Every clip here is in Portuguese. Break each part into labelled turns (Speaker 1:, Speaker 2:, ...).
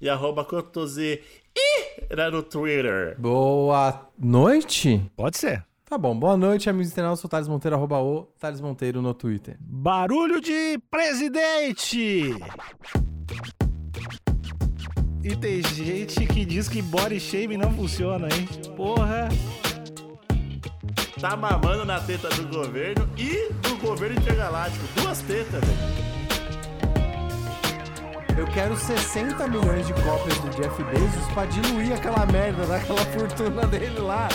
Speaker 1: e arroba Cotoseira no Twitter.
Speaker 2: Boa noite?
Speaker 3: Pode ser.
Speaker 2: Tá bom, boa noite, amigos internautas. Eu sou o Thales Monteiro, arroba o Thales Monteiro no Twitter.
Speaker 3: Barulho de presidente! E tem gente que diz que body shame não funciona, hein? Porra!
Speaker 1: Tá mamando na teta do governo e do governo intergaláctico. Duas tetas, velho.
Speaker 2: Eu quero 60 milhões de cópias do Jeff Bezos pra diluir aquela merda daquela fortuna dele lá.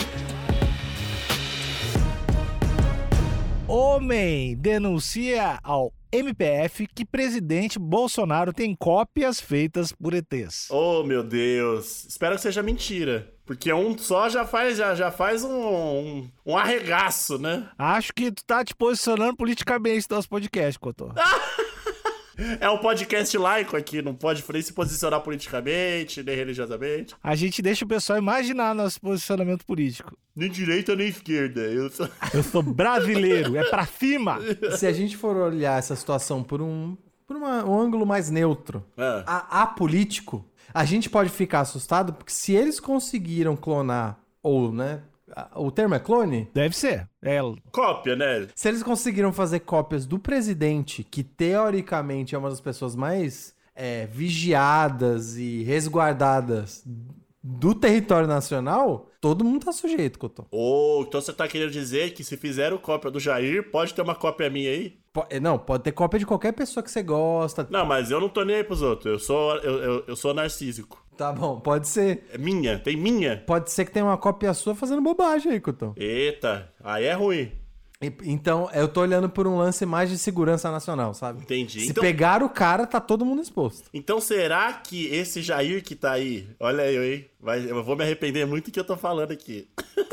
Speaker 3: Homem denuncia ao MPF que presidente Bolsonaro tem cópias feitas por ETs.
Speaker 1: Oh, meu Deus. Espero que seja mentira. Porque um só já faz, já, já faz um, um, um arregaço, né?
Speaker 3: Acho que tu tá te posicionando politicamente no nosso podcast, Cotô.
Speaker 1: É um podcast laico aqui, não pode nem se posicionar politicamente, nem religiosamente.
Speaker 3: A gente deixa o pessoal imaginar nosso posicionamento político.
Speaker 1: Nem direita, nem esquerda. Eu sou...
Speaker 3: Eu sou brasileiro, é pra cima!
Speaker 2: Se a gente for olhar essa situação por um, por uma- um ângulo mais neutro,
Speaker 1: Ah.
Speaker 2: a, apolítico, a gente pode ficar assustado porque se eles conseguiram clonar, ou, né, a- o termo é clone?
Speaker 3: Deve ser. É,
Speaker 1: Cópia, né?
Speaker 2: Se eles conseguiram fazer cópias do presidente, que teoricamente é uma das pessoas mais é, vigiadas e resguardadas do território nacional, todo mundo tá sujeito, Cotô.
Speaker 1: Ou então você tá querendo dizer que se fizeram cópia do Jair, pode ter uma cópia minha aí?
Speaker 2: Po- é, Não, pode ter cópia de qualquer pessoa que você gosta.
Speaker 1: Não, mas eu não tô nem aí pros outros. Eu sou, eu, eu, eu sou narcísico.
Speaker 2: Tá bom, pode ser.
Speaker 1: É minha, tem minha.
Speaker 2: Pode ser que tenha uma cópia sua fazendo bobagem aí, Cotô.
Speaker 1: Eita, aí é ruim.
Speaker 2: E- Então, eu tô olhando por um lance mais de segurança nacional, sabe?
Speaker 1: Entendi.
Speaker 2: Se
Speaker 1: Então-
Speaker 2: pegar o cara, tá todo mundo exposto.
Speaker 1: Então será que esse Jair que tá aí, olha eu, hein? Vai- eu vou me arrepender muito do que eu tô falando aqui.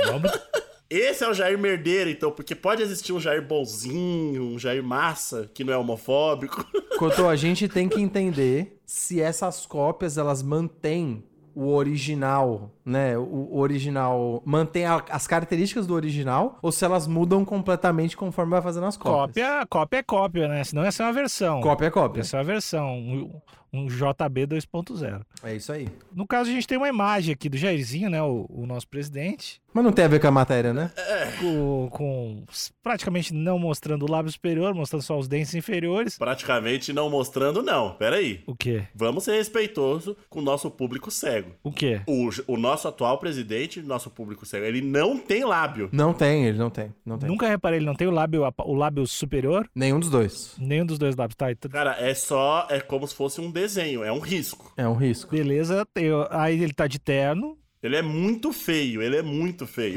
Speaker 3: vamos-
Speaker 1: Esse é o Jair merdeiro, então, porque pode existir um Jair bonzinho, um Jair massa, que não é homofóbico.
Speaker 2: Cotô, a gente tem que entender se essas cópias elas mantêm o original, né? O- O original mantém a- as características do original ou se elas mudam completamente conforme vai fazendo as cópias.
Speaker 3: cópia, cópia é cópia, né? Senão ia ser uma versão.
Speaker 2: Cópia é
Speaker 3: Ia
Speaker 2: cópia.
Speaker 3: ser uma versão, um, um JB 2.0.
Speaker 2: É isso aí.
Speaker 3: No caso, a gente tem uma imagem aqui do Jairzinho, né? O- o nosso presidente.
Speaker 2: Mas não tem a ver com a matéria, né?
Speaker 1: É,
Speaker 3: com, com praticamente não mostrando o lábio superior, mostrando só os dentes inferiores.
Speaker 1: Praticamente não mostrando, não. Peraí.
Speaker 3: O quê?
Speaker 1: Vamos ser respeitoso com o nosso público cego.
Speaker 3: O quê?
Speaker 1: O, o nosso atual presidente, nosso público cego, ele não tem lábio.
Speaker 2: Não tem, ele não tem. Não tem.
Speaker 3: Nunca reparei, ele não tem o lábio, apa- o lábio superior,
Speaker 2: Nenhum dos dois.
Speaker 3: nenhum dos dois lábios. Tá, então,
Speaker 1: Cara, é só. É como se fosse um desenho, é um risco.
Speaker 2: É um risco.
Speaker 3: beleza, tem o- aí ele tá de terno,
Speaker 1: Ele é muito feio, ele é muito feio.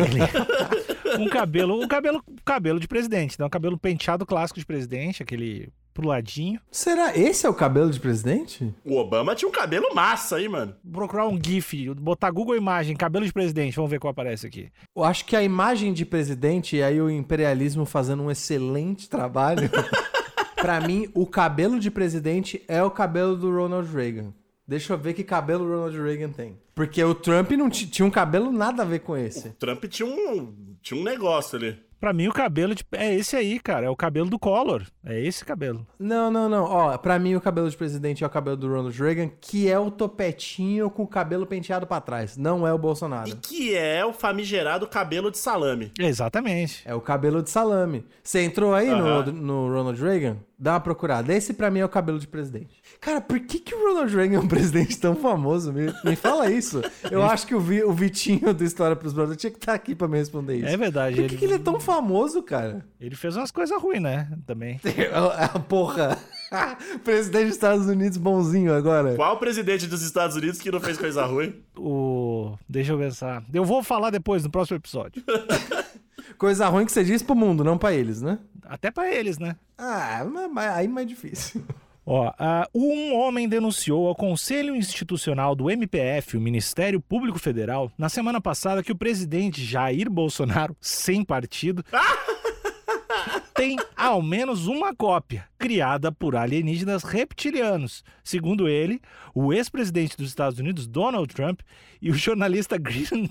Speaker 3: um cabelo, um cabelo, cabelo de presidente, né? Um cabelo penteado clássico de presidente, aquele pro ladinho.
Speaker 2: Será esse é o cabelo de presidente?
Speaker 1: o Obama tinha um cabelo massa aí, mano.
Speaker 3: Procurar um GIF, botar Google Imagem, cabelo de presidente, vamos ver qual aparece aqui.
Speaker 2: Eu acho que a imagem de presidente e aí o imperialismo fazendo um excelente trabalho. Pra mim, o cabelo de presidente é o cabelo do Ronald Reagan. Deixa eu ver que cabelo o Ronald Reagan tem. Porque o Trump não ti- tinha um cabelo nada a ver com esse.
Speaker 1: Trump tinha um, tinha um negócio ali.
Speaker 3: Pra mim, o cabelo de- é esse aí, cara, é o cabelo do Collor, é esse cabelo.
Speaker 2: Não, não, não. Ó, pra mim o cabelo de presidente é o cabelo do Ronald Reagan, que é o topetinho com o cabelo penteado pra trás. Não é o
Speaker 1: E
Speaker 2: Bolsonaro.
Speaker 1: que é o famigerado cabelo de salame.
Speaker 3: Exatamente.
Speaker 2: É o cabelo de salame. Você entrou aí no,
Speaker 1: Aham.
Speaker 2: no Ronald Reagan? Dá uma procurada. Esse pra mim é o cabelo de presidente. Cara, por que, que o Ronald Reagan é um presidente tão famoso? Me, me fala isso. Eu acho que o, Vi- o Vitinho do História pros Brothers tinha que estar aqui pra me responder isso.
Speaker 3: É verdade.
Speaker 2: Por que, que ele é tão famoso, cara? Ah,
Speaker 3: Ele fez umas coisas ruins, né? Também.
Speaker 2: Porra. presidente dos Estados Unidos bonzinho agora.
Speaker 1: Qual presidente dos Estados Unidos que não fez coisa ruim?
Speaker 3: O. Deixa eu pensar. Eu vou falar depois, no próximo episódio.
Speaker 2: Coisa ruim que você diz pro mundo, não pra eles, né?
Speaker 3: Até pra eles, né?
Speaker 2: Ah, mas- mas aí mais difícil.
Speaker 3: Ó, ah, um homem denunciou ao Conselho Institucional do MPF, o Ministério Público Federal, na semana passada que o presidente Jair Bolsonaro, sem partido, tem ao menos uma cópia criada por alienígenas reptilianos. Segundo ele, o ex-presidente dos Estados Unidos, Donald Trump, e o jornalista Green,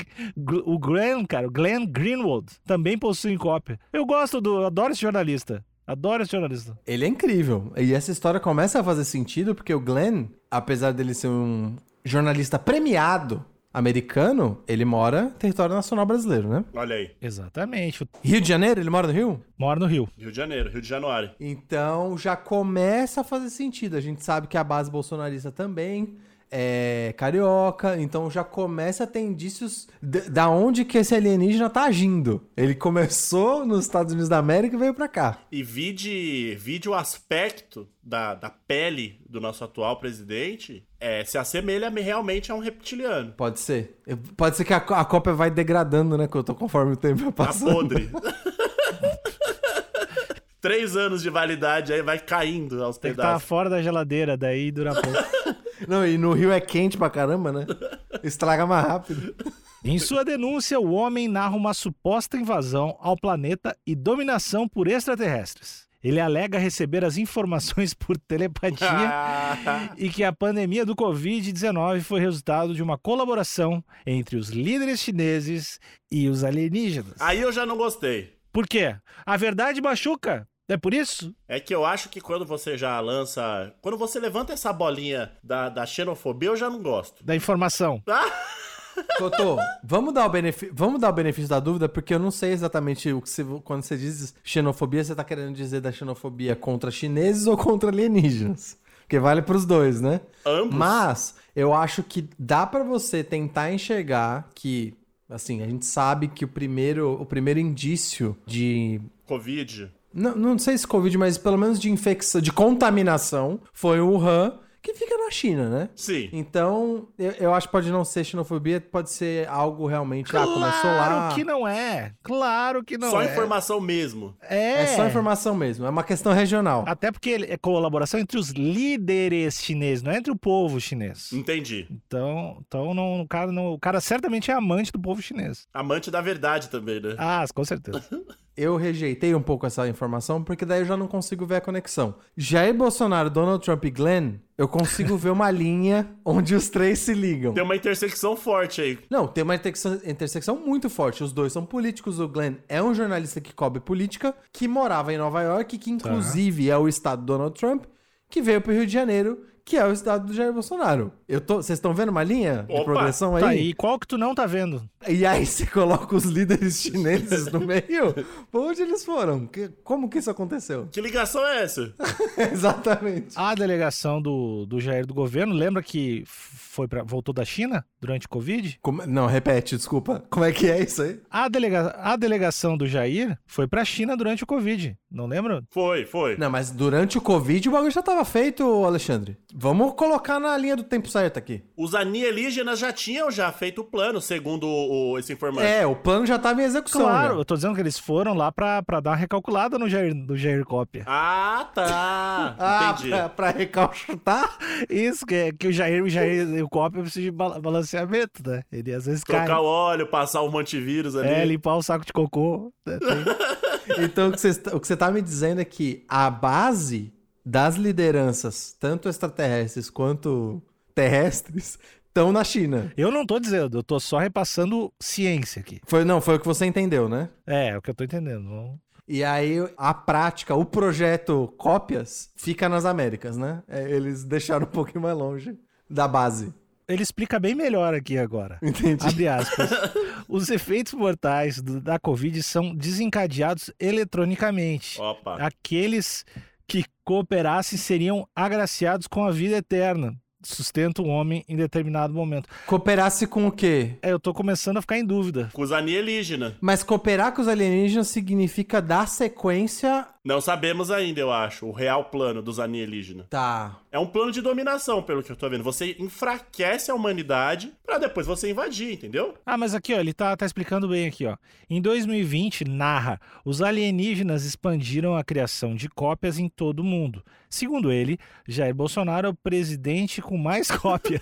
Speaker 3: o Glenn, cara, o Glenn Greenwald, também possuem cópia. Eu gosto do, adoro esse jornalista. Adoro esse jornalista.
Speaker 2: Ele é incrível. E essa história começa a fazer sentido porque o Glenn, apesar dele ser um jornalista premiado americano, ele mora em território nacional brasileiro, né?
Speaker 1: Olha aí,
Speaker 3: Exatamente.
Speaker 2: Rio de Janeiro? Ele mora no Rio?
Speaker 3: Mora no Rio.
Speaker 1: Rio de Janeiro, Rio de Janeiro.
Speaker 2: Então já começa a fazer sentido. A gente sabe que a base bolsonarista também é carioca, então já começa a ter indícios d- da onde que esse alienígena tá agindo. Ele começou nos Estados Unidos da América e veio pra cá.
Speaker 1: E vide, vide o aspecto da, da pele do nosso atual presidente é, se assemelha realmente a um reptiliano.
Speaker 2: Pode ser. Eu- Pode ser que a, co- a cópia vai degradando, né? Que eu tô conforme o tempo vai
Speaker 1: Tá
Speaker 3: um
Speaker 2: passando.
Speaker 1: podre. Três anos de validade aí vai caindo aos
Speaker 3: Tem que estar
Speaker 1: pedaços.
Speaker 3: fora da geladeira, daí dura pouco.
Speaker 2: Não, e no Rio é quente pra caramba, né? Estraga mais rápido.
Speaker 3: em sua denúncia, o homem narra uma suposta invasão ao planeta e dominação por extraterrestres. Ele alega receber as informações por telepatia
Speaker 1: Ah,
Speaker 3: e que a pandemia do Covid-19 foi resultado de uma colaboração entre os líderes chineses e os alienígenas.
Speaker 1: aí eu já não gostei.
Speaker 3: Por quê? A verdade machuca? É por isso?
Speaker 1: É que eu acho que quando você já lança. Quando você levanta essa bolinha da, da xenofobia, eu já não gosto.
Speaker 3: Da informação.
Speaker 2: Totô, vamos dar, o benefi- vamos dar o benefício da dúvida, porque eu não sei exatamente o que você, quando você diz xenofobia, você tá querendo dizer da xenofobia contra chineses ou contra alienígenas? Porque vale pros dois, né?
Speaker 1: Ambos.
Speaker 2: Mas eu acho que dá pra você tentar enxergar que, assim, a gente sabe que o primeiro, o primeiro indício de
Speaker 1: Covid.
Speaker 2: não, não sei se Covid, mas pelo menos de infecção, de contaminação, foi o Wuhan, que fica na China, né?
Speaker 1: Sim.
Speaker 2: Então, eu, eu acho que pode não ser xenofobia, pode ser algo realmente. ah, começou lá.
Speaker 3: Claro que não é. Claro que não
Speaker 1: Só
Speaker 3: é.
Speaker 1: informação mesmo.
Speaker 3: É.
Speaker 2: É só informação mesmo, é uma questão regional.
Speaker 3: Até porque ele- é colaboração entre os líderes chineses, não é entre o povo chinês.
Speaker 1: Entendi.
Speaker 3: Então, então não, o, cara, não- o cara certamente é amante do povo chinês.
Speaker 1: Amante da verdade também, né?
Speaker 3: Ah, com certeza.
Speaker 2: Eu rejeitei um pouco essa informação, porque daí eu já não consigo ver a conexão. Jair Bolsonaro, Donald Trump e Glenn, eu consigo ver uma linha onde os três se ligam.
Speaker 1: Tem uma intersecção forte aí.
Speaker 2: Não, tem uma intersecção, intersecção muito forte. Os dois são políticos. O Glenn é um jornalista que cobre política, que morava em Nova York, que inclusive é o estado do Donald Trump, que veio pro Rio de Janeiro, que é o estado do Jair Bolsonaro. Eu tô, vocês estão vendo uma linha de
Speaker 1: Opa,
Speaker 2: progressão aí?
Speaker 3: Tá aí, qual que tu não tá vendo?
Speaker 2: E aí você coloca os líderes chineses no meio? Pra onde eles foram? Que- como que isso aconteceu?
Speaker 1: Que ligação é essa?
Speaker 2: Exatamente.
Speaker 3: A delegação do, do Jair do governo, lembra que foi pra, voltou da China durante o Covid?
Speaker 2: Como- não, repete, desculpa. Como é que é isso aí?
Speaker 3: A, delega, a delegação do Jair foi pra China durante o Covid, não lembra?
Speaker 1: Foi, foi.
Speaker 2: Não, mas durante o Covid o bagulho já tava feito, Alexandre. Vamos colocar na linha do tempo certo aqui.
Speaker 1: Os alienígenas já tinham já feito o plano, segundo o, o- esse informante.
Speaker 2: É, o plano já tava em execução.
Speaker 3: Claro,
Speaker 2: já.
Speaker 3: eu tô dizendo que eles foram lá pra, pra dar uma recalculada no Jair, do Jair Cópia.
Speaker 1: Ah, tá.
Speaker 2: Ah,
Speaker 1: Entendi.
Speaker 2: pra, pra recalchutar?
Speaker 3: Isso, que, é- que o Jair, o Jair e o Cópia precisam de bala- balanceamento, né? Ele às vezes cai.
Speaker 1: Trocar o óleo, passar o antivírus ali.
Speaker 3: É, limpar o saco de cocô. né? Tem-
Speaker 2: Então, o que, você, está- o que você tá me dizendo é que a base das lideranças, tanto extraterrestres quanto terrestres, estão na China.
Speaker 3: Eu não tô dizendo, eu tô só repassando ciência aqui.
Speaker 2: Foi, não, foi o que você entendeu, né?
Speaker 3: É, é o que eu tô entendendo. não-
Speaker 2: E aí, a prática, o projeto Cópias, fica nas Américas, né? É, Eles deixaram um pouquinho mais longe da base.
Speaker 3: Ele explica bem melhor aqui agora.
Speaker 2: Entendi.
Speaker 3: Abre aspas. Os efeitos mortais do- da Covid são desencadeados eletronicamente.
Speaker 1: Opa.
Speaker 3: Aqueles que cooperassem seriam agraciados com a vida eterna. Sustenta o homem em determinado momento.
Speaker 2: Cooperasse Ah, com o quê?
Speaker 3: É, eu tô começando a ficar em dúvida.
Speaker 1: Com os alienígenas.
Speaker 2: Mas cooperar com os alienígenas significa dar sequência
Speaker 1: Não sabemos ainda, eu acho, o real plano dos alienígenas.
Speaker 2: Tá.
Speaker 1: É um plano de dominação, pelo que eu tô vendo. Você enfraquece a humanidade pra depois você invadir, entendeu?
Speaker 3: Ah, mas aqui, ó, ele tá, tá explicando bem aqui, ó. Em 2020, narra, os alienígenas expandiram a criação de cópias em todo o mundo. Segundo ele, Jair Bolsonaro é o presidente com mais cópias.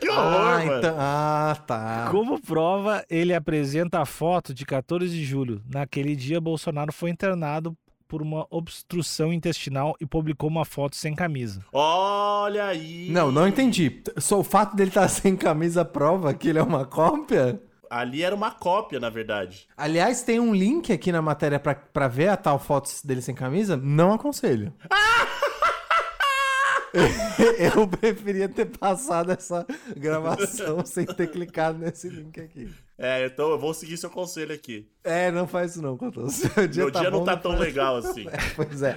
Speaker 1: Que horror,
Speaker 2: ah,
Speaker 1: mano.
Speaker 2: então- ah, tá.
Speaker 3: Como prova, ele apresenta a foto de 14 de julho. Naquele dia, Bolsonaro foi internado por uma obstrução intestinal e publicou uma foto sem camisa.
Speaker 1: Olha aí.
Speaker 2: Não, não entendi. Só o fato dele estar sem camisa prova que ele é uma cópia?
Speaker 1: Ali era uma cópia, na verdade.
Speaker 2: Aliás, tem um link aqui na matéria pra, pra ver a tal foto dele sem camisa? Não aconselho. Eu preferia ter passado essa gravação sem ter clicado nesse link aqui.
Speaker 1: É, então eu vou seguir seu conselho aqui.
Speaker 2: É, não faz isso não, Cotô. Seu dia
Speaker 1: Meu
Speaker 2: tá
Speaker 1: dia
Speaker 2: bom,
Speaker 1: não tá
Speaker 2: faz
Speaker 1: tão legal assim.
Speaker 2: Pois é.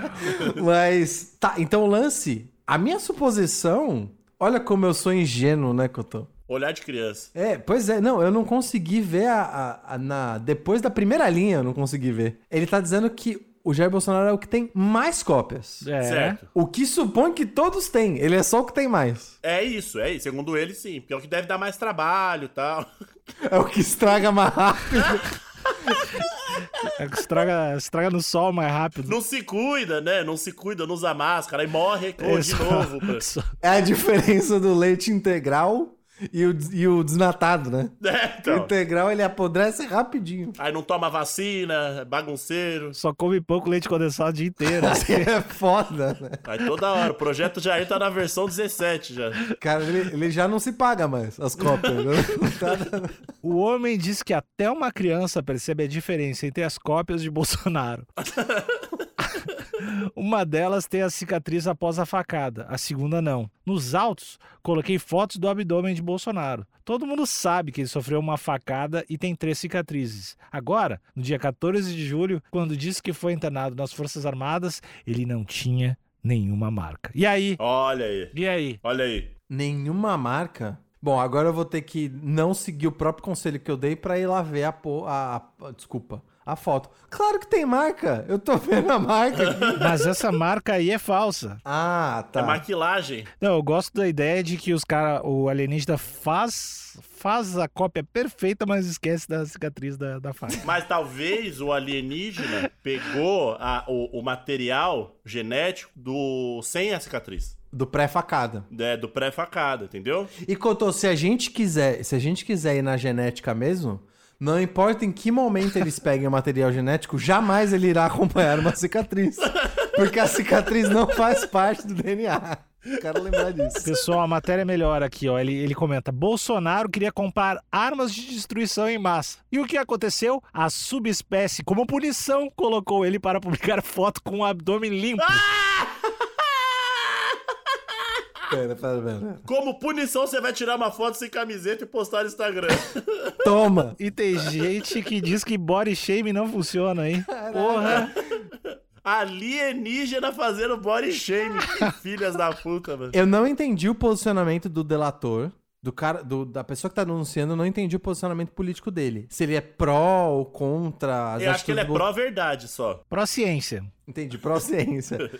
Speaker 2: Mas, tá, então o lance, a minha suposição, olha como eu sou ingênuo, né, Cotô?
Speaker 1: Olhar de criança.
Speaker 2: É, pois é, não, eu não consegui ver a, a- a- na, depois da primeira linha, eu não consegui ver. Ele tá dizendo que o Jair Bolsonaro é o que tem mais cópias.
Speaker 3: É.
Speaker 1: Certo.
Speaker 2: O que supõe que todos têm, ele é só o que tem mais.
Speaker 1: É isso, é isso. Segundo ele, sim. Pior que deve dar mais trabalho e tal.
Speaker 2: É o que estraga mais rápido.
Speaker 3: É que estraga, estraga no sol mais rápido.
Speaker 1: Não se cuida, né? Não se cuida, não usa máscara. Aí morre
Speaker 3: É,
Speaker 1: ou de
Speaker 3: só-
Speaker 1: novo. pô.
Speaker 3: só-
Speaker 2: É a diferença do leite integral e o, des- e o desnatado, né?
Speaker 1: É,
Speaker 2: O
Speaker 1: então.
Speaker 2: integral ele apodrece rapidinho.
Speaker 1: Aí não toma vacina, é bagunceiro.
Speaker 3: Só come pouco leite condensado o dia inteiro. assim.
Speaker 2: É foda, né?
Speaker 1: Aí toda hora. O projeto Jair tá na versão 17 já.
Speaker 2: Cara, ele, ele já não se paga mais as cópias. né? Não tá dando-
Speaker 3: O homem diz que até uma criança percebe a diferença entre as cópias de Bolsonaro. uma delas tem a cicatriz após a facada, a segunda não. Nos autos, coloquei fotos do abdômen de Bolsonaro. Todo mundo sabe que ele sofreu uma facada e tem três cicatrizes. Agora, no dia 14 de julho, quando disse que foi internado nas Forças Armadas, ele não tinha nenhuma marca. E aí?
Speaker 1: Olha aí.
Speaker 3: E aí?
Speaker 1: Olha aí.
Speaker 2: Nenhuma marca. Bom, agora eu vou ter que não seguir o próprio conselho que eu dei pra ir lá ver a, po- a- a- desculpa, a foto. Claro que tem marca. Eu tô vendo a marca. aqui.
Speaker 3: Mas essa marca aí é falsa.
Speaker 2: Ah,
Speaker 1: É
Speaker 2: tá.
Speaker 1: maquilagem.
Speaker 3: Não, eu gosto da ideia de que os cara, o alienígena faz, faz a cópia perfeita, mas esquece da cicatriz da, da faca.
Speaker 1: Mas talvez o alienígena pegou a- o, o material genético do sem a cicatriz,
Speaker 2: Do pré-facada.
Speaker 1: né, do pré-facada, entendeu?
Speaker 2: E Cotô, se a gente quiser, se a gente quiser ir na genética mesmo, não importa em que momento eles peguem o material genético, jamais ele irá acompanhar uma cicatriz. Porque a cicatriz não faz parte do DNA. Quero lembrar disso.
Speaker 3: Pessoal, a matéria é melhor aqui, ó. Ele, ele comenta: Bolsonaro queria comprar armas de destruição em massa. E o que aconteceu? A subespécie, como punição, colocou ele para publicar foto com o abdômen limpo.
Speaker 2: Pera, pera, pera.
Speaker 1: Como punição, você vai tirar uma foto sem camiseta e postar no Instagram.
Speaker 2: Toma!
Speaker 3: E tem gente que diz que body shame não funciona, hein? Porra!
Speaker 1: Alienígena fazendo body shame. Que filhas da puta, mano.
Speaker 2: Eu não entendi o posicionamento do delator, do cara, do- da pessoa que tá denunciando, eu não entendi o posicionamento político dele. Se ele é pró ou contra as
Speaker 1: Eu acho que ele é
Speaker 2: atitudes do-
Speaker 1: pró-verdade só.
Speaker 3: Pró ciência.
Speaker 2: Entendi, pró ciência.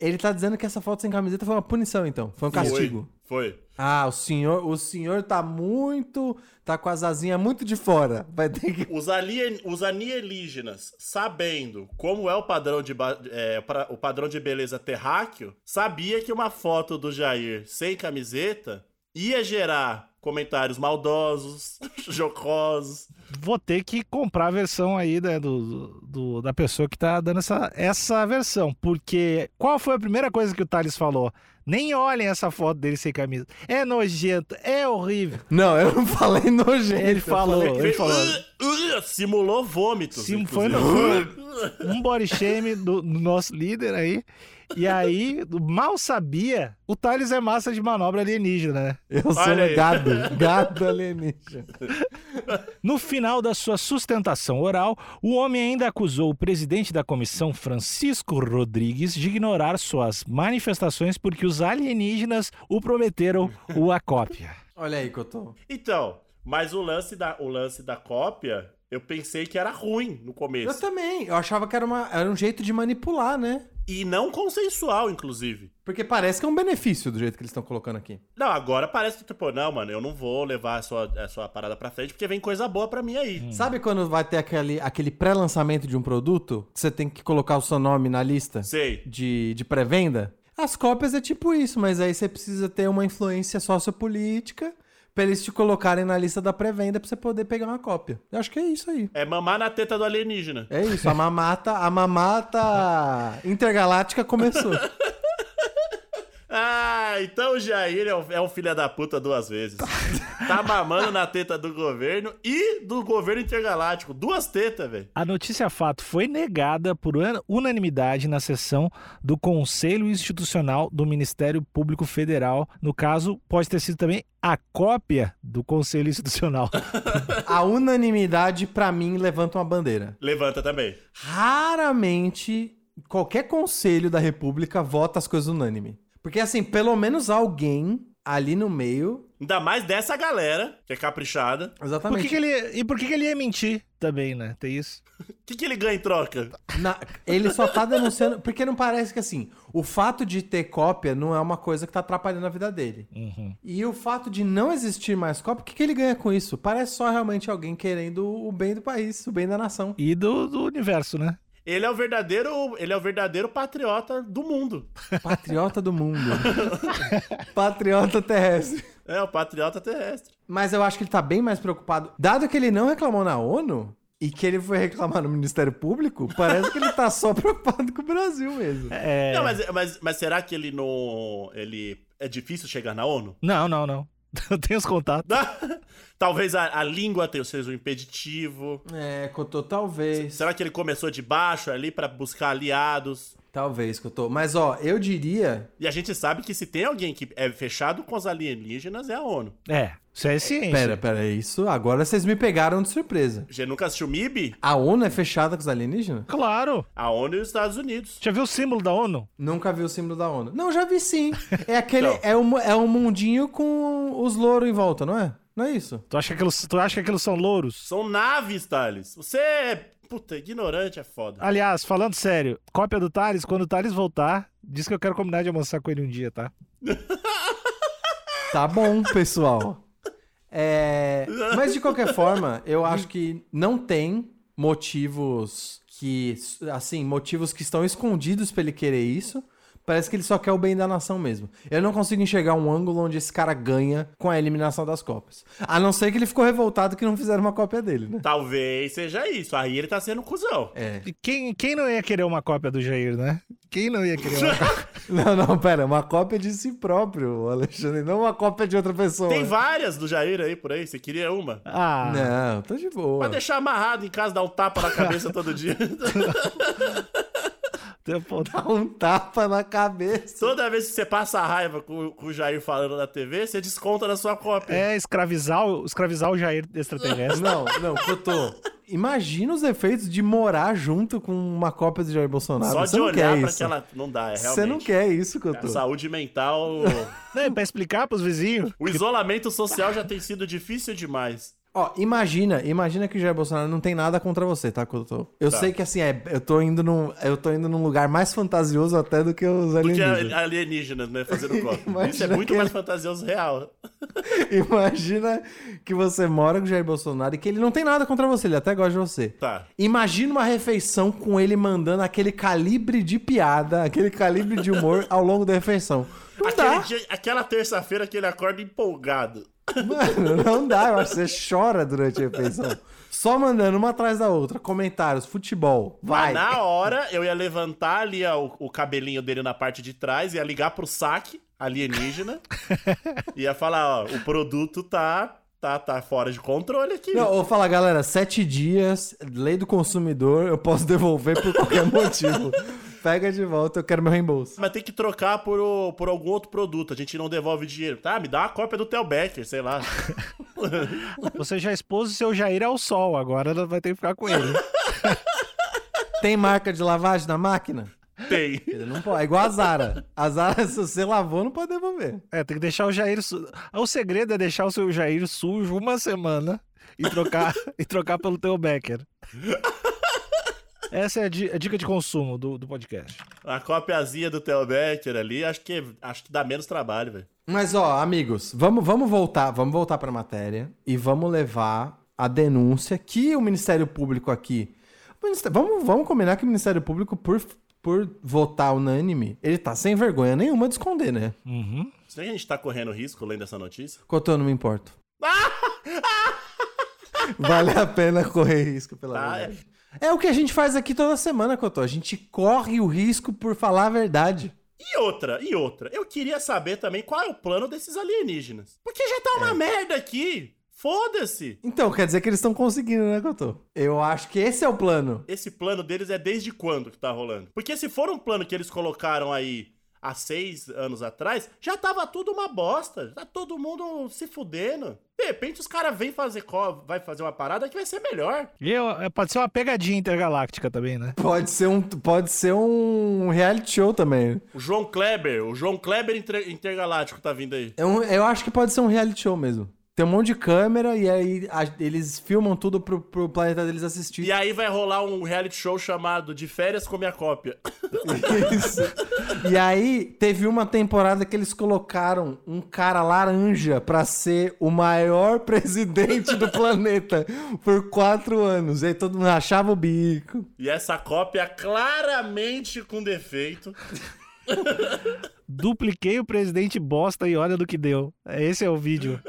Speaker 2: Ele tá dizendo que essa foto sem camiseta foi uma punição, então.
Speaker 1: É
Speaker 2: Foi um castigo.
Speaker 1: Foi. Foi.
Speaker 2: Ah, o senhor, o senhor tá muito. tá com as asinhas muito de fora. Vai ter que.
Speaker 1: Os, alien, os alienígenas, sabendo como é o padrão de, ba- é, pra- o padrão de beleza terráqueo, sabia que uma foto do Jair sem camiseta ia gerar comentários maldosos, jocosos.
Speaker 3: vou ter que comprar a versão aí né, do, do- da pessoa que tá dando essa, essa versão. Porque qual foi a primeira coisa que o Thales falou? Nem olhem essa foto dele sem camisa. É nojento, é horrível.
Speaker 2: Não, eu não falei nojento.
Speaker 3: Ele
Speaker 2: eu
Speaker 3: falou,
Speaker 2: falei-
Speaker 3: ele falou.
Speaker 1: "Uh, uh", simulou vômitos.
Speaker 3: Sim,
Speaker 1: inclusive.
Speaker 3: foi no, um body shame do, do nosso líder aí. E aí, mal sabia, o Thales é massa de manobra alienígena, né?
Speaker 2: Eu sou
Speaker 1: Olha aí.
Speaker 2: um gado. Gado alienígena.
Speaker 3: No final da sua sustentação oral, o homem ainda acusou o presidente da comissão, Francisco Rodrigues, de ignorar suas manifestações porque os alienígenas o prometeram o a cópia.
Speaker 2: Olha aí, Cotô.
Speaker 1: Então, mas o lance da, o lance da cópia Eu pensei que era ruim no começo.
Speaker 2: Eu também. Eu achava que era, uma, era um jeito de manipular, né?
Speaker 1: E não consensual, inclusive.
Speaker 2: Porque parece que é um benefício do jeito que eles estão colocando aqui.
Speaker 1: Não, agora parece que, tipo, não, mano, eu não vou levar a sua, a sua parada pra frente porque vem coisa boa pra mim aí.
Speaker 2: Sabe quando vai ter aquele, aquele pré-lançamento de um produto que você tem que colocar o seu nome na lista
Speaker 1: Sei.
Speaker 2: de, de pré-venda? As cópias é tipo isso, mas aí você precisa ter uma influência sociopolítica pra eles te colocarem na lista da pré-venda pra você poder pegar uma cópia. Eu acho que é isso aí.
Speaker 1: É mamar na teta do alienígena.
Speaker 2: É isso, a mamata, a mamata intergaláctica começou.
Speaker 1: Ah, então o Jair é um, é um filho da puta duas vezes. tá mamando na teta do governo e do governo intergaláctico. Duas tetas, velho.
Speaker 3: A notícia fato foi negada por una- unanimidade na sessão do Conselho Institucional do Ministério Público Federal. No caso, pode ter sido também a cópia do Conselho Institucional.
Speaker 2: A unanimidade pra mim levanta uma bandeira.
Speaker 1: Levanta também.
Speaker 2: raramente qualquer conselho da república vota as coisas unânime. Porque, assim, pelo menos alguém ali no meio.
Speaker 1: Ainda mais dessa galera, que é caprichada.
Speaker 3: Por
Speaker 2: Exatamente.
Speaker 3: que que ele, e por que, que ele ia mentir também, né? Tem isso?
Speaker 1: O que, que ele ganha em troca?
Speaker 2: Na- ele só tá denunciando. Porque não parece que, assim, o fato de ter cópia não é uma coisa que tá atrapalhando a vida dele.
Speaker 3: Uhum.
Speaker 2: E o fato de não existir mais cópia, o que, que ele ganha com isso? Parece só realmente alguém querendo o bem do país, o bem da nação.
Speaker 3: E do, do universo, né?
Speaker 1: Ele é o verdadeiro, ele é o verdadeiro patriota do mundo.
Speaker 2: Patriota do mundo. Patriota terrestre.
Speaker 1: É o patriota terrestre.
Speaker 2: Mas eu acho que ele tá bem mais preocupado. Dado que ele não reclamou na ONU e que ele foi reclamar no Ministério Público, parece que ele tá só preocupado com o Brasil mesmo.
Speaker 3: É...
Speaker 1: Não, mas, mas, mas será que ele não. Ele. É difícil chegar na ONU?
Speaker 3: Não, não, não. Eu tenho os contatos.
Speaker 1: Talvez a, a língua tenha sido um impeditivo.
Speaker 2: É, Cotô, talvez.
Speaker 1: Será que ele começou de baixo ali pra buscar aliados?
Speaker 2: Talvez, Cotô. Mas ó, eu diria.
Speaker 1: E a gente sabe que se tem alguém que é fechado com os alienígenas é a ONU.
Speaker 3: É, isso é ciência.
Speaker 2: Pera, pera, isso. Agora vocês me pegaram de surpresa.
Speaker 1: Já nunca assistiu MIB?
Speaker 2: A ONU é fechada com os alienígenas?
Speaker 3: Claro.
Speaker 1: A ONU e os Estados Unidos.
Speaker 3: Já viu o símbolo da ONU?
Speaker 2: Nunca vi o símbolo da ONU. Não, já vi sim. É aquele.
Speaker 1: Então.
Speaker 2: é, um, é um mundinho com os louros em volta, não é? Não é isso?
Speaker 3: Tu acha que aquilo, tu acha que aquilo são louros?
Speaker 1: São naves, Thales. Você é. Puta, ignorante é foda.
Speaker 3: Aliás, falando sério, cópia do Thales, quando o Thales voltar, diz que eu quero combinar de almoçar com ele um dia, tá?
Speaker 2: Tá bom, pessoal. É, mas de qualquer forma, eu acho que não tem motivos que. Assim, motivos que estão escondidos pra ele querer isso. Parece que ele só quer o bem da nação mesmo. Eu não consigo enxergar um ângulo onde esse cara ganha com a eliminação das Copas. A não ser que ele ficou revoltado que não fizeram uma cópia dele, né?
Speaker 1: Talvez seja isso. Aí ele tá sendo um cuzão.
Speaker 2: É.
Speaker 3: E Quem, quem não ia querer uma cópia do Jair, né? Quem não ia querer uma cópia?
Speaker 2: Não, não, pera. Uma cópia de si próprio, Alexandre. Não uma cópia de outra pessoa.
Speaker 1: Tem várias do Jair aí por aí, você queria uma?
Speaker 3: Ah,
Speaker 2: Não, tô de boa.
Speaker 1: Pra deixar amarrado em casa, dar um tapa na cabeça todo dia.
Speaker 3: tem- pô, tá.
Speaker 2: Um tapa na cabeça.
Speaker 1: Toda vez que você passa a raiva com, com o Jair falando na TV, você desconta na sua cópia.
Speaker 3: é escravizar, o- escravizar o Jair extraterrestre.
Speaker 2: Não, não, Cotô. Imagina os efeitos de morar junto com uma cópia do Jair Bolsonaro.
Speaker 1: Só
Speaker 2: Você
Speaker 1: de
Speaker 2: não quer
Speaker 1: olhar pra
Speaker 2: isso.
Speaker 1: aquela. Não dá, é realmente.
Speaker 2: Você não quer isso,
Speaker 1: A
Speaker 2: Cotô.
Speaker 1: saúde mental.
Speaker 3: Não, é pra explicar pros vizinhos.
Speaker 1: o isolamento social já tem sido difícil demais.
Speaker 2: Ó, imagina, imagina que o Jair Bolsonaro não tem nada contra você, tá, Cotô? Eu
Speaker 1: Tá.
Speaker 2: sei que assim, é, eu tô indo num, eu tô indo num lugar mais fantasioso até do que os
Speaker 1: Porque
Speaker 2: alienígenas.
Speaker 1: alienígenas, né? Fazendo copo. Isso é
Speaker 2: Imagina
Speaker 1: muito
Speaker 2: aquele-
Speaker 1: mais fantasioso real.
Speaker 2: Imagina que você mora com o Jair Bolsonaro e que ele não tem nada contra você, ele até gosta de você.
Speaker 1: Tá.
Speaker 2: Imagina uma refeição com ele mandando aquele calibre de piada, aquele calibre de humor ao longo da refeição. Não dá.
Speaker 1: Aquele dia- aquela terça-feira que ele acorda empolgado.
Speaker 2: Mano, não dá, eu acho que você chora durante a refeição. Só mandando uma atrás da outra. Comentários, futebol, vai.
Speaker 1: Mas na hora eu ia levantar ali ó, o, o cabelinho dele na parte de trás, ia ligar pro saque alienígena, ia falar, ó, o produto tá, tá, tá fora de controle aqui.
Speaker 2: Não, ou fala, galera, sete dias, lei do consumidor, eu posso devolver por qualquer motivo. Pega de volta, eu quero meu reembolso.
Speaker 1: Mas tem que trocar por, o- por algum outro produto, a gente não devolve dinheiro. Tá, me dá uma cópia do Theo Becker, sei lá.
Speaker 3: Você já expôs o seu Jair ao sol, agora ela vai ter que ficar com ele.
Speaker 2: Tem marca de lavagem na máquina?
Speaker 1: Tem.
Speaker 2: Ele não pode. É igual a Zara. A Zara, se você lavou, não pode devolver.
Speaker 3: É, tem que deixar o Jair. Su... O segredo é deixar o seu Jair sujo uma semana e trocar, e trocar pelo teu Becker. Essa é a di- a dica de consumo do, do podcast.
Speaker 1: A copiazinha do Theo Becker ali, acho que, acho que dá menos trabalho, velho.
Speaker 2: Mas, ó, amigos, vamos, vamos voltar, vamos voltar pra matéria e vamos levar a denúncia que o Ministério Público aqui. o Ministé- Vamos, vamos combinar que o Ministério Público, por, por votar unânime, ele tá sem vergonha nenhuma de esconder, né?
Speaker 3: Uhum.
Speaker 1: Será que a gente tá correndo risco lendo essa notícia?
Speaker 2: Cotô, eu não me importo. Vale a pena correr risco pela
Speaker 1: Tá,
Speaker 2: verdade. É o que a gente faz aqui toda semana, Cotô. A gente corre o risco por falar a verdade.
Speaker 1: E outra, e outra. Eu queria saber também qual é o plano desses alienígenas. Porque já tá uma merda aqui. Foda-se.
Speaker 2: Então, quer dizer que eles estão conseguindo, né, Cotô? Eu acho que esse é o plano.
Speaker 1: Esse plano deles é desde quando que tá rolando? Porque se for um plano que eles colocaram aí há seis anos atrás, já tava tudo uma bosta. Tá todo mundo se fudendo. De repente os caras vêm fazer co- vai fazer uma parada que vai ser melhor.
Speaker 3: E eu- é, pode ser uma pegadinha intergaláctica também, né?
Speaker 2: Pode ser um, pode ser um reality show também.
Speaker 1: O João Kleber, o João Kleber inter- intergaláctico tá vindo aí.
Speaker 2: É um- eu acho que pode ser um reality show mesmo. Tem um monte de câmera e aí a- eles filmam tudo pro, pro planeta deles assistir.
Speaker 1: E aí vai rolar um reality show chamado De Férias com Minha Cópia.
Speaker 2: Isso. E aí, teve uma temporada que eles colocaram um cara laranja pra ser o maior presidente do planeta por quatro anos. E aí todo mundo achava o bico.
Speaker 1: E essa cópia claramente com defeito.
Speaker 3: Dupliquei o presidente bosta e olha do que deu. Esse é o vídeo.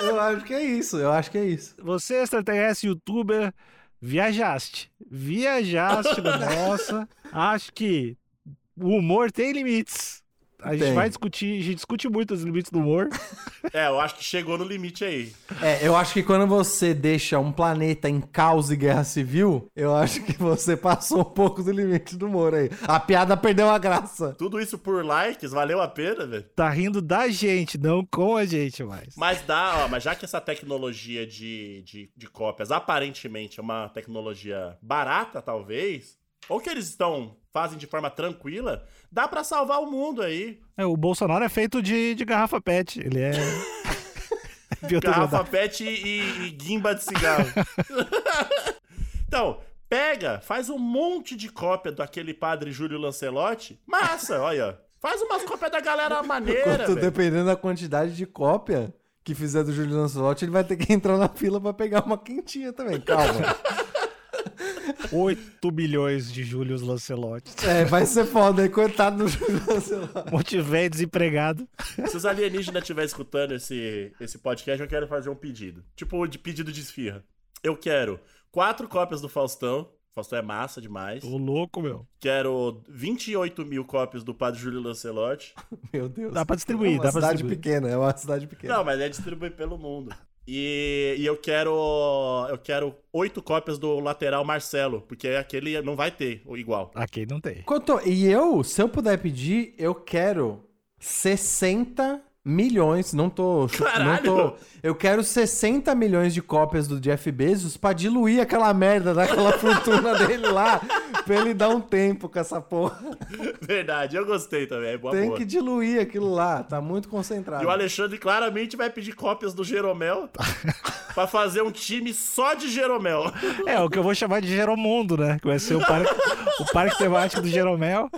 Speaker 2: Eu acho que é isso, eu acho que é isso.
Speaker 3: Você, extraterrestre youtuber, viajaste. Viajaste, nossa. Acho que o humor tem limites. A gente
Speaker 2: Tem.
Speaker 3: vai discutir, a gente discute muito os limites do humor.
Speaker 1: É, eu acho que chegou no limite aí.
Speaker 2: É, eu acho que quando você deixa um planeta em caos e guerra civil, eu acho que você passou um pouco do limite do humor aí. A piada perdeu a graça.
Speaker 1: Tudo isso por likes, valeu a pena, velho.
Speaker 3: Tá rindo da gente, não com a gente mais.
Speaker 1: Mas dá, ó, mas já que essa tecnologia de, de, de cópias aparentemente é uma tecnologia barata, talvez, ou que eles estão fazem de forma tranquila, dá pra salvar o mundo aí.
Speaker 3: É, o Bolsonaro é feito de, de garrafa pet. Ele é. é biodegradável.
Speaker 1: Garrafa pet e, e guimba de cigarro. então, pega, faz um monte de cópia daquele padre Júlio Lancelotti. Massa, olha. Faz umas cópias da galera maneira,
Speaker 2: Quanto,
Speaker 1: velho.
Speaker 2: dependendo da quantidade de cópia que fizer do Júlio Lancelotti, ele vai ter que entrar na fila pra pegar uma quentinha também. Calma.
Speaker 3: 8 bilhões de Július Lancelotti.
Speaker 2: É, vai ser foda, hein? Coitado do Júlio Lancelotti.
Speaker 3: Um monte de velho desempregado.
Speaker 1: Se os alienígenas estiverem escutando esse, esse podcast, eu quero fazer um pedido. Tipo, de pedido de esfirra. Eu quero quatro cópias do Faustão. Faustão é massa demais.
Speaker 3: Ô, louco, meu.
Speaker 1: Quero 28 mil cópias do padre Júlio Lancelotti.
Speaker 2: Meu Deus.
Speaker 3: Dá pra distribuir,
Speaker 2: é uma
Speaker 3: dá pra
Speaker 2: cidade
Speaker 3: distribuir.
Speaker 2: pequena, é uma cidade pequena.
Speaker 1: Não, mas é distribuir pelo mundo. E, e eu quero. Eu quero oito cópias do lateral Marcelo, porque aquele não vai ter o igual.
Speaker 3: Aqui não tem.
Speaker 2: Cotô, e eu, se eu puder pedir, eu quero 60 milhões. Não tô. chu-
Speaker 1: Caralho!
Speaker 2: Não tô eu quero 60 milhões de cópias do Jeff Bezos pra diluir aquela merda daquela fortuna dele lá. Pra ele dar um tempo com essa porra.
Speaker 1: Verdade, eu gostei também. É boa,
Speaker 2: Tem
Speaker 1: boa.
Speaker 2: que diluir aquilo lá. Tá muito concentrado.
Speaker 1: E o Alexandre claramente vai pedir cópias do Jeromel pra fazer um time só de Jeromel.
Speaker 3: É, o que eu vou chamar de Geromundo, né? Que vai ser o parque, o parque temático do Jeromel.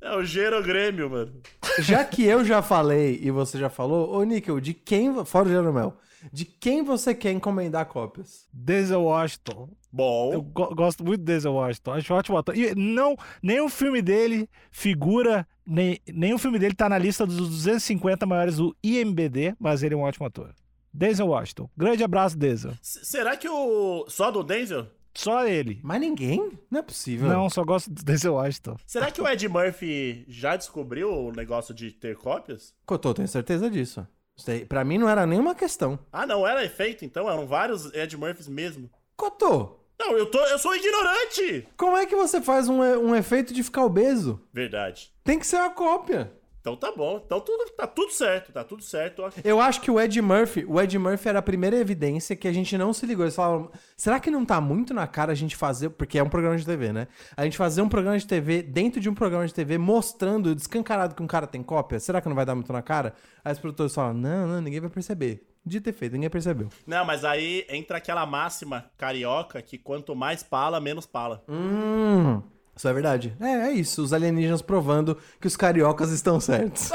Speaker 1: É o Gero Grêmio, mano.
Speaker 2: Já que eu já falei e você já falou, ô Níquel, de quem. vo- Fora o Jeromel, de quem você quer encomendar cópias?
Speaker 3: Denzel Washington.
Speaker 1: Bom.
Speaker 3: Eu go- gosto muito do Denzel Washington. Acho ótimo ator. E não, nenhum filme dele figura... Nem, nenhum filme dele tá na lista dos 250 maiores do IMBD, mas ele é um ótimo ator. Denzel Washington. Grande abraço, Denzel.
Speaker 1: S- Será que o. Só do Denzel?
Speaker 3: Só ele.
Speaker 2: Mas ninguém? Não é possível.
Speaker 3: Não, só gosto do Denzel Washington.
Speaker 1: Será que o Ed Murphy já descobriu o negócio de ter cópias?
Speaker 2: Cotô, tenho certeza disso. Isso daí, Pra mim não era nenhuma questão.
Speaker 1: Ah, não, era efeito, então? Eram vários Ed Murphys mesmo.
Speaker 2: Cotô,
Speaker 1: Não, eu, tô, eu sou um ignorante!
Speaker 2: como é que você faz um, e- um efeito de ficar obeso?
Speaker 1: Verdade.
Speaker 2: Tem que ser uma cópia.
Speaker 1: Então tá bom. Então tudo, tá tudo certo, tá tudo certo. ok.
Speaker 2: Eu acho que o Ed Murphy, o Ed Murphy era a primeira evidência que a gente não se ligou. Eles falaram, será que não tá muito na cara a gente fazer, porque é um programa de TV, né? A gente fazer um programa de TV dentro de um programa de TV mostrando descancarado que um cara tem cópia? Será que não vai dar muito na cara? Aí os produtores falam, não, não, ninguém vai perceber. De ter feito, ninguém percebeu.
Speaker 1: Não, mas aí entra aquela máxima carioca que quanto mais pala, menos pala.
Speaker 2: Hum, isso é verdade. É, é isso. Os alienígenas provando que os cariocas estão certos.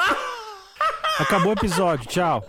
Speaker 3: Acabou o episódio, tchau.